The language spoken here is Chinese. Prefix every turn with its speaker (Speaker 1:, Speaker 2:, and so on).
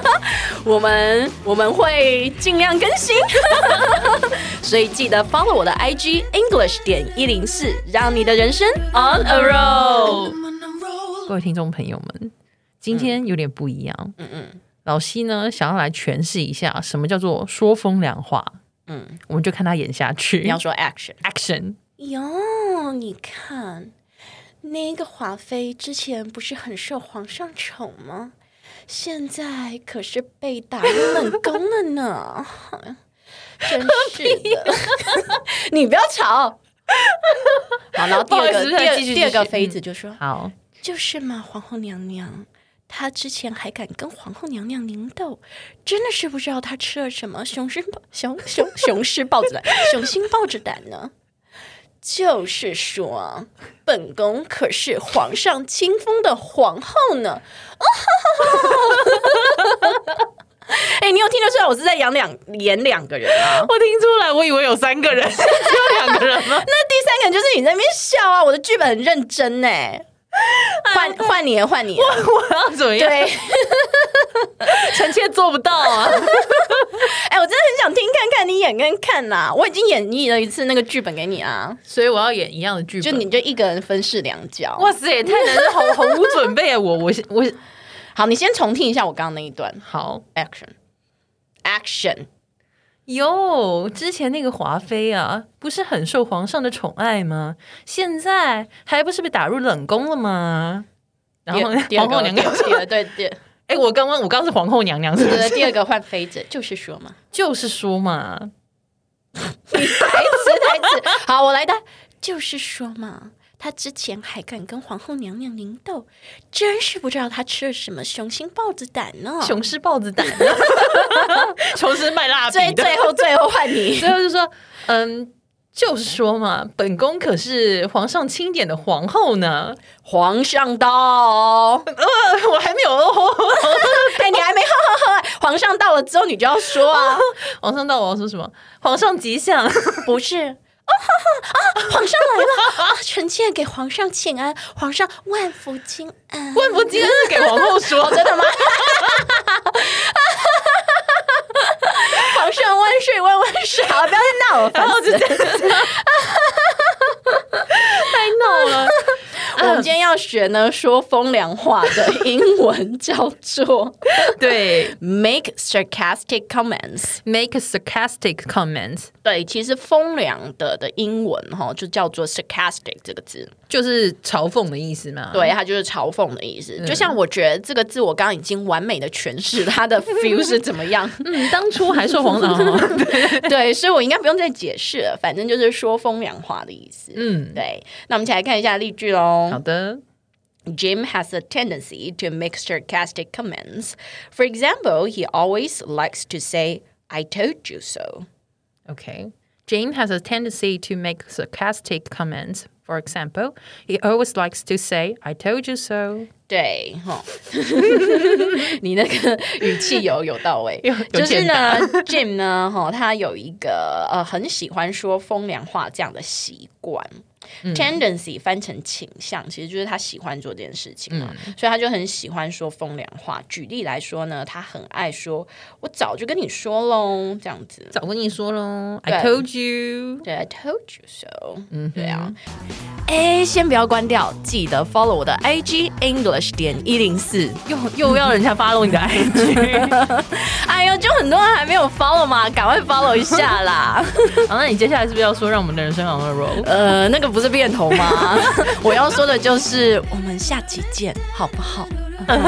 Speaker 1: 我们我们会尽量更新， 所以记得 follow 我的 IG English 点一零四，让你的人生 on a roll。
Speaker 2: 各位听众朋友们，今天有点不一样。
Speaker 1: 嗯嗯
Speaker 2: 老西呢，想要来诠释一下什么叫做说风凉话，
Speaker 1: 嗯，
Speaker 2: 我们就看他演下去。
Speaker 1: 你要说 action。
Speaker 2: action，
Speaker 1: 哟，你看，那个华妃之前不是很受皇上宠吗？现在可是被打入冷宫了呢，真是 的。你不要吵。好，然后 第二
Speaker 2: 不好
Speaker 1: 个
Speaker 2: 意思
Speaker 1: 第二
Speaker 2: 继续
Speaker 1: 第二个
Speaker 2: 继续
Speaker 1: 妃子就说：“
Speaker 2: 好，
Speaker 1: 就是嘛，皇后娘娘，她之前还敢跟皇后娘娘拧斗，真的是不知道她吃了什么雄狮豹雄雄雄狮豹子胆，雄心豹子胆呢。就是说，本宫可是皇上亲封的皇后呢。哎、你有听得出来我是在演两演两个人啊？
Speaker 2: 我听出来，我以为有三 个人，只有两个人吗？
Speaker 1: 那第三个人就是你在那边笑啊，我的剧本很认真呢、换换你了，换你了，
Speaker 2: 我要怎么样？
Speaker 1: 对。
Speaker 2: 臣妾做不到 啊！
Speaker 1: 哎、我真的很想听看看你演跟看啦、我已经演绎了一次那个剧本给你啊，
Speaker 2: 所以我要演一样的剧
Speaker 1: 就
Speaker 2: 本。
Speaker 1: 你就一个人分饰两角。
Speaker 2: 哇塞，也太难了，好好无准备啊！我我我
Speaker 1: 好，你先重听一下我刚刚那一段
Speaker 2: 好
Speaker 1: ，action action。
Speaker 2: 哟，之前那个华妃啊，不是很受皇上的宠爱吗？现在还不是被打入冷宫了吗？然后
Speaker 1: 第二
Speaker 2: 皇
Speaker 1: 个
Speaker 2: 后娘娘
Speaker 1: 第
Speaker 2: 说
Speaker 1: 二对对：“
Speaker 2: 哎、我刚刚我刚刚是皇后娘娘，是不
Speaker 1: 对，
Speaker 2: 是？
Speaker 1: 第二个换妃子，就是说嘛，
Speaker 2: 就是说嘛，
Speaker 1: 台词台词。好，我来的，就是说嘛。他之前还敢跟皇后娘娘拧斗，真是不知道他吃了什么雄心豹子胆呢。
Speaker 2: 雄狮豹子胆，啊雄狮卖蜡笔
Speaker 1: 最
Speaker 2: 的。
Speaker 1: 最后最后换你，
Speaker 2: 最后就说，嗯，就是说嘛，本宫可是皇上钦点的皇后呢。
Speaker 1: 皇上到。
Speaker 2: 呃，我还没有哦。
Speaker 1: 哎、你还没喝喝喝，皇上到了之后你就要说啊，
Speaker 2: 皇上到我要说什么？皇上吉祥。
Speaker 1: 不是。哦，啊！皇上来了 啊！臣妾给皇上请安，皇上万福金安。
Speaker 2: 万福今天是给皇后说哦的，
Speaker 1: 真的吗？皇上万岁万万岁！好，不要再闹了，烦
Speaker 2: 然后就
Speaker 1: 死
Speaker 2: 这样子，太闹了。
Speaker 1: 了！我们今天要学呢，说风凉话的英文叫 做
Speaker 2: 对
Speaker 1: make sarcastic comments。
Speaker 2: ，make sarcastic comments，
Speaker 1: 对，其实风凉的的英文哈，就叫做 sarcastic 这个字。
Speaker 2: 就是嘲讽的意思嘛。
Speaker 1: 对，它就是嘲讽的意思。就
Speaker 2: 嗯
Speaker 1: 像我觉得这个字，我刚刚已经完美的诠释它的 feel 是怎么 样。
Speaker 2: 嗯，当初还说皇 上，
Speaker 1: 对，所以我应该不用再解释了，反正就是说风凉话的意思。
Speaker 2: 嗯，
Speaker 1: 对，那我们一起来看一下例句
Speaker 2: 好
Speaker 1: 喽。
Speaker 2: 的。
Speaker 1: Jim has a tendency to make sarcastic comments. For example, he always likes to say, I told you so.
Speaker 2: Okay. Jim has a tendency to make sarcastic comments. For example, he always likes to say, I told you so.
Speaker 1: 对，哈， 你那个语气有有到位
Speaker 2: 有有，
Speaker 1: 就是
Speaker 2: 欠
Speaker 1: 呢，Jim 呢，哈，他有一个呃很喜欢说风凉话这样的习惯。tendency
Speaker 2: 嗯
Speaker 1: 翻成倾向，其实就是他喜欢做这件事情嘛，
Speaker 2: 嗯
Speaker 1: 所以他就很喜欢说风凉话。举例来说呢，他很爱说“我早就跟你说喽”这样子。
Speaker 2: 早跟你说喽, I
Speaker 1: 对。
Speaker 2: told you.
Speaker 1: 对，I told you so。嗯，对啊。哎，先不要关掉，记得 follow 我的 IG English 点一零四。 哎呦，就很多人还没有 follow 嘛，赶快 follow 一下啦。
Speaker 2: 好，那你接下来是不是要说让我们的人生好好 roll？
Speaker 1: 呃，那个不是变头吗？ 我要说的就是，我们下期见，好不好？
Speaker 3: I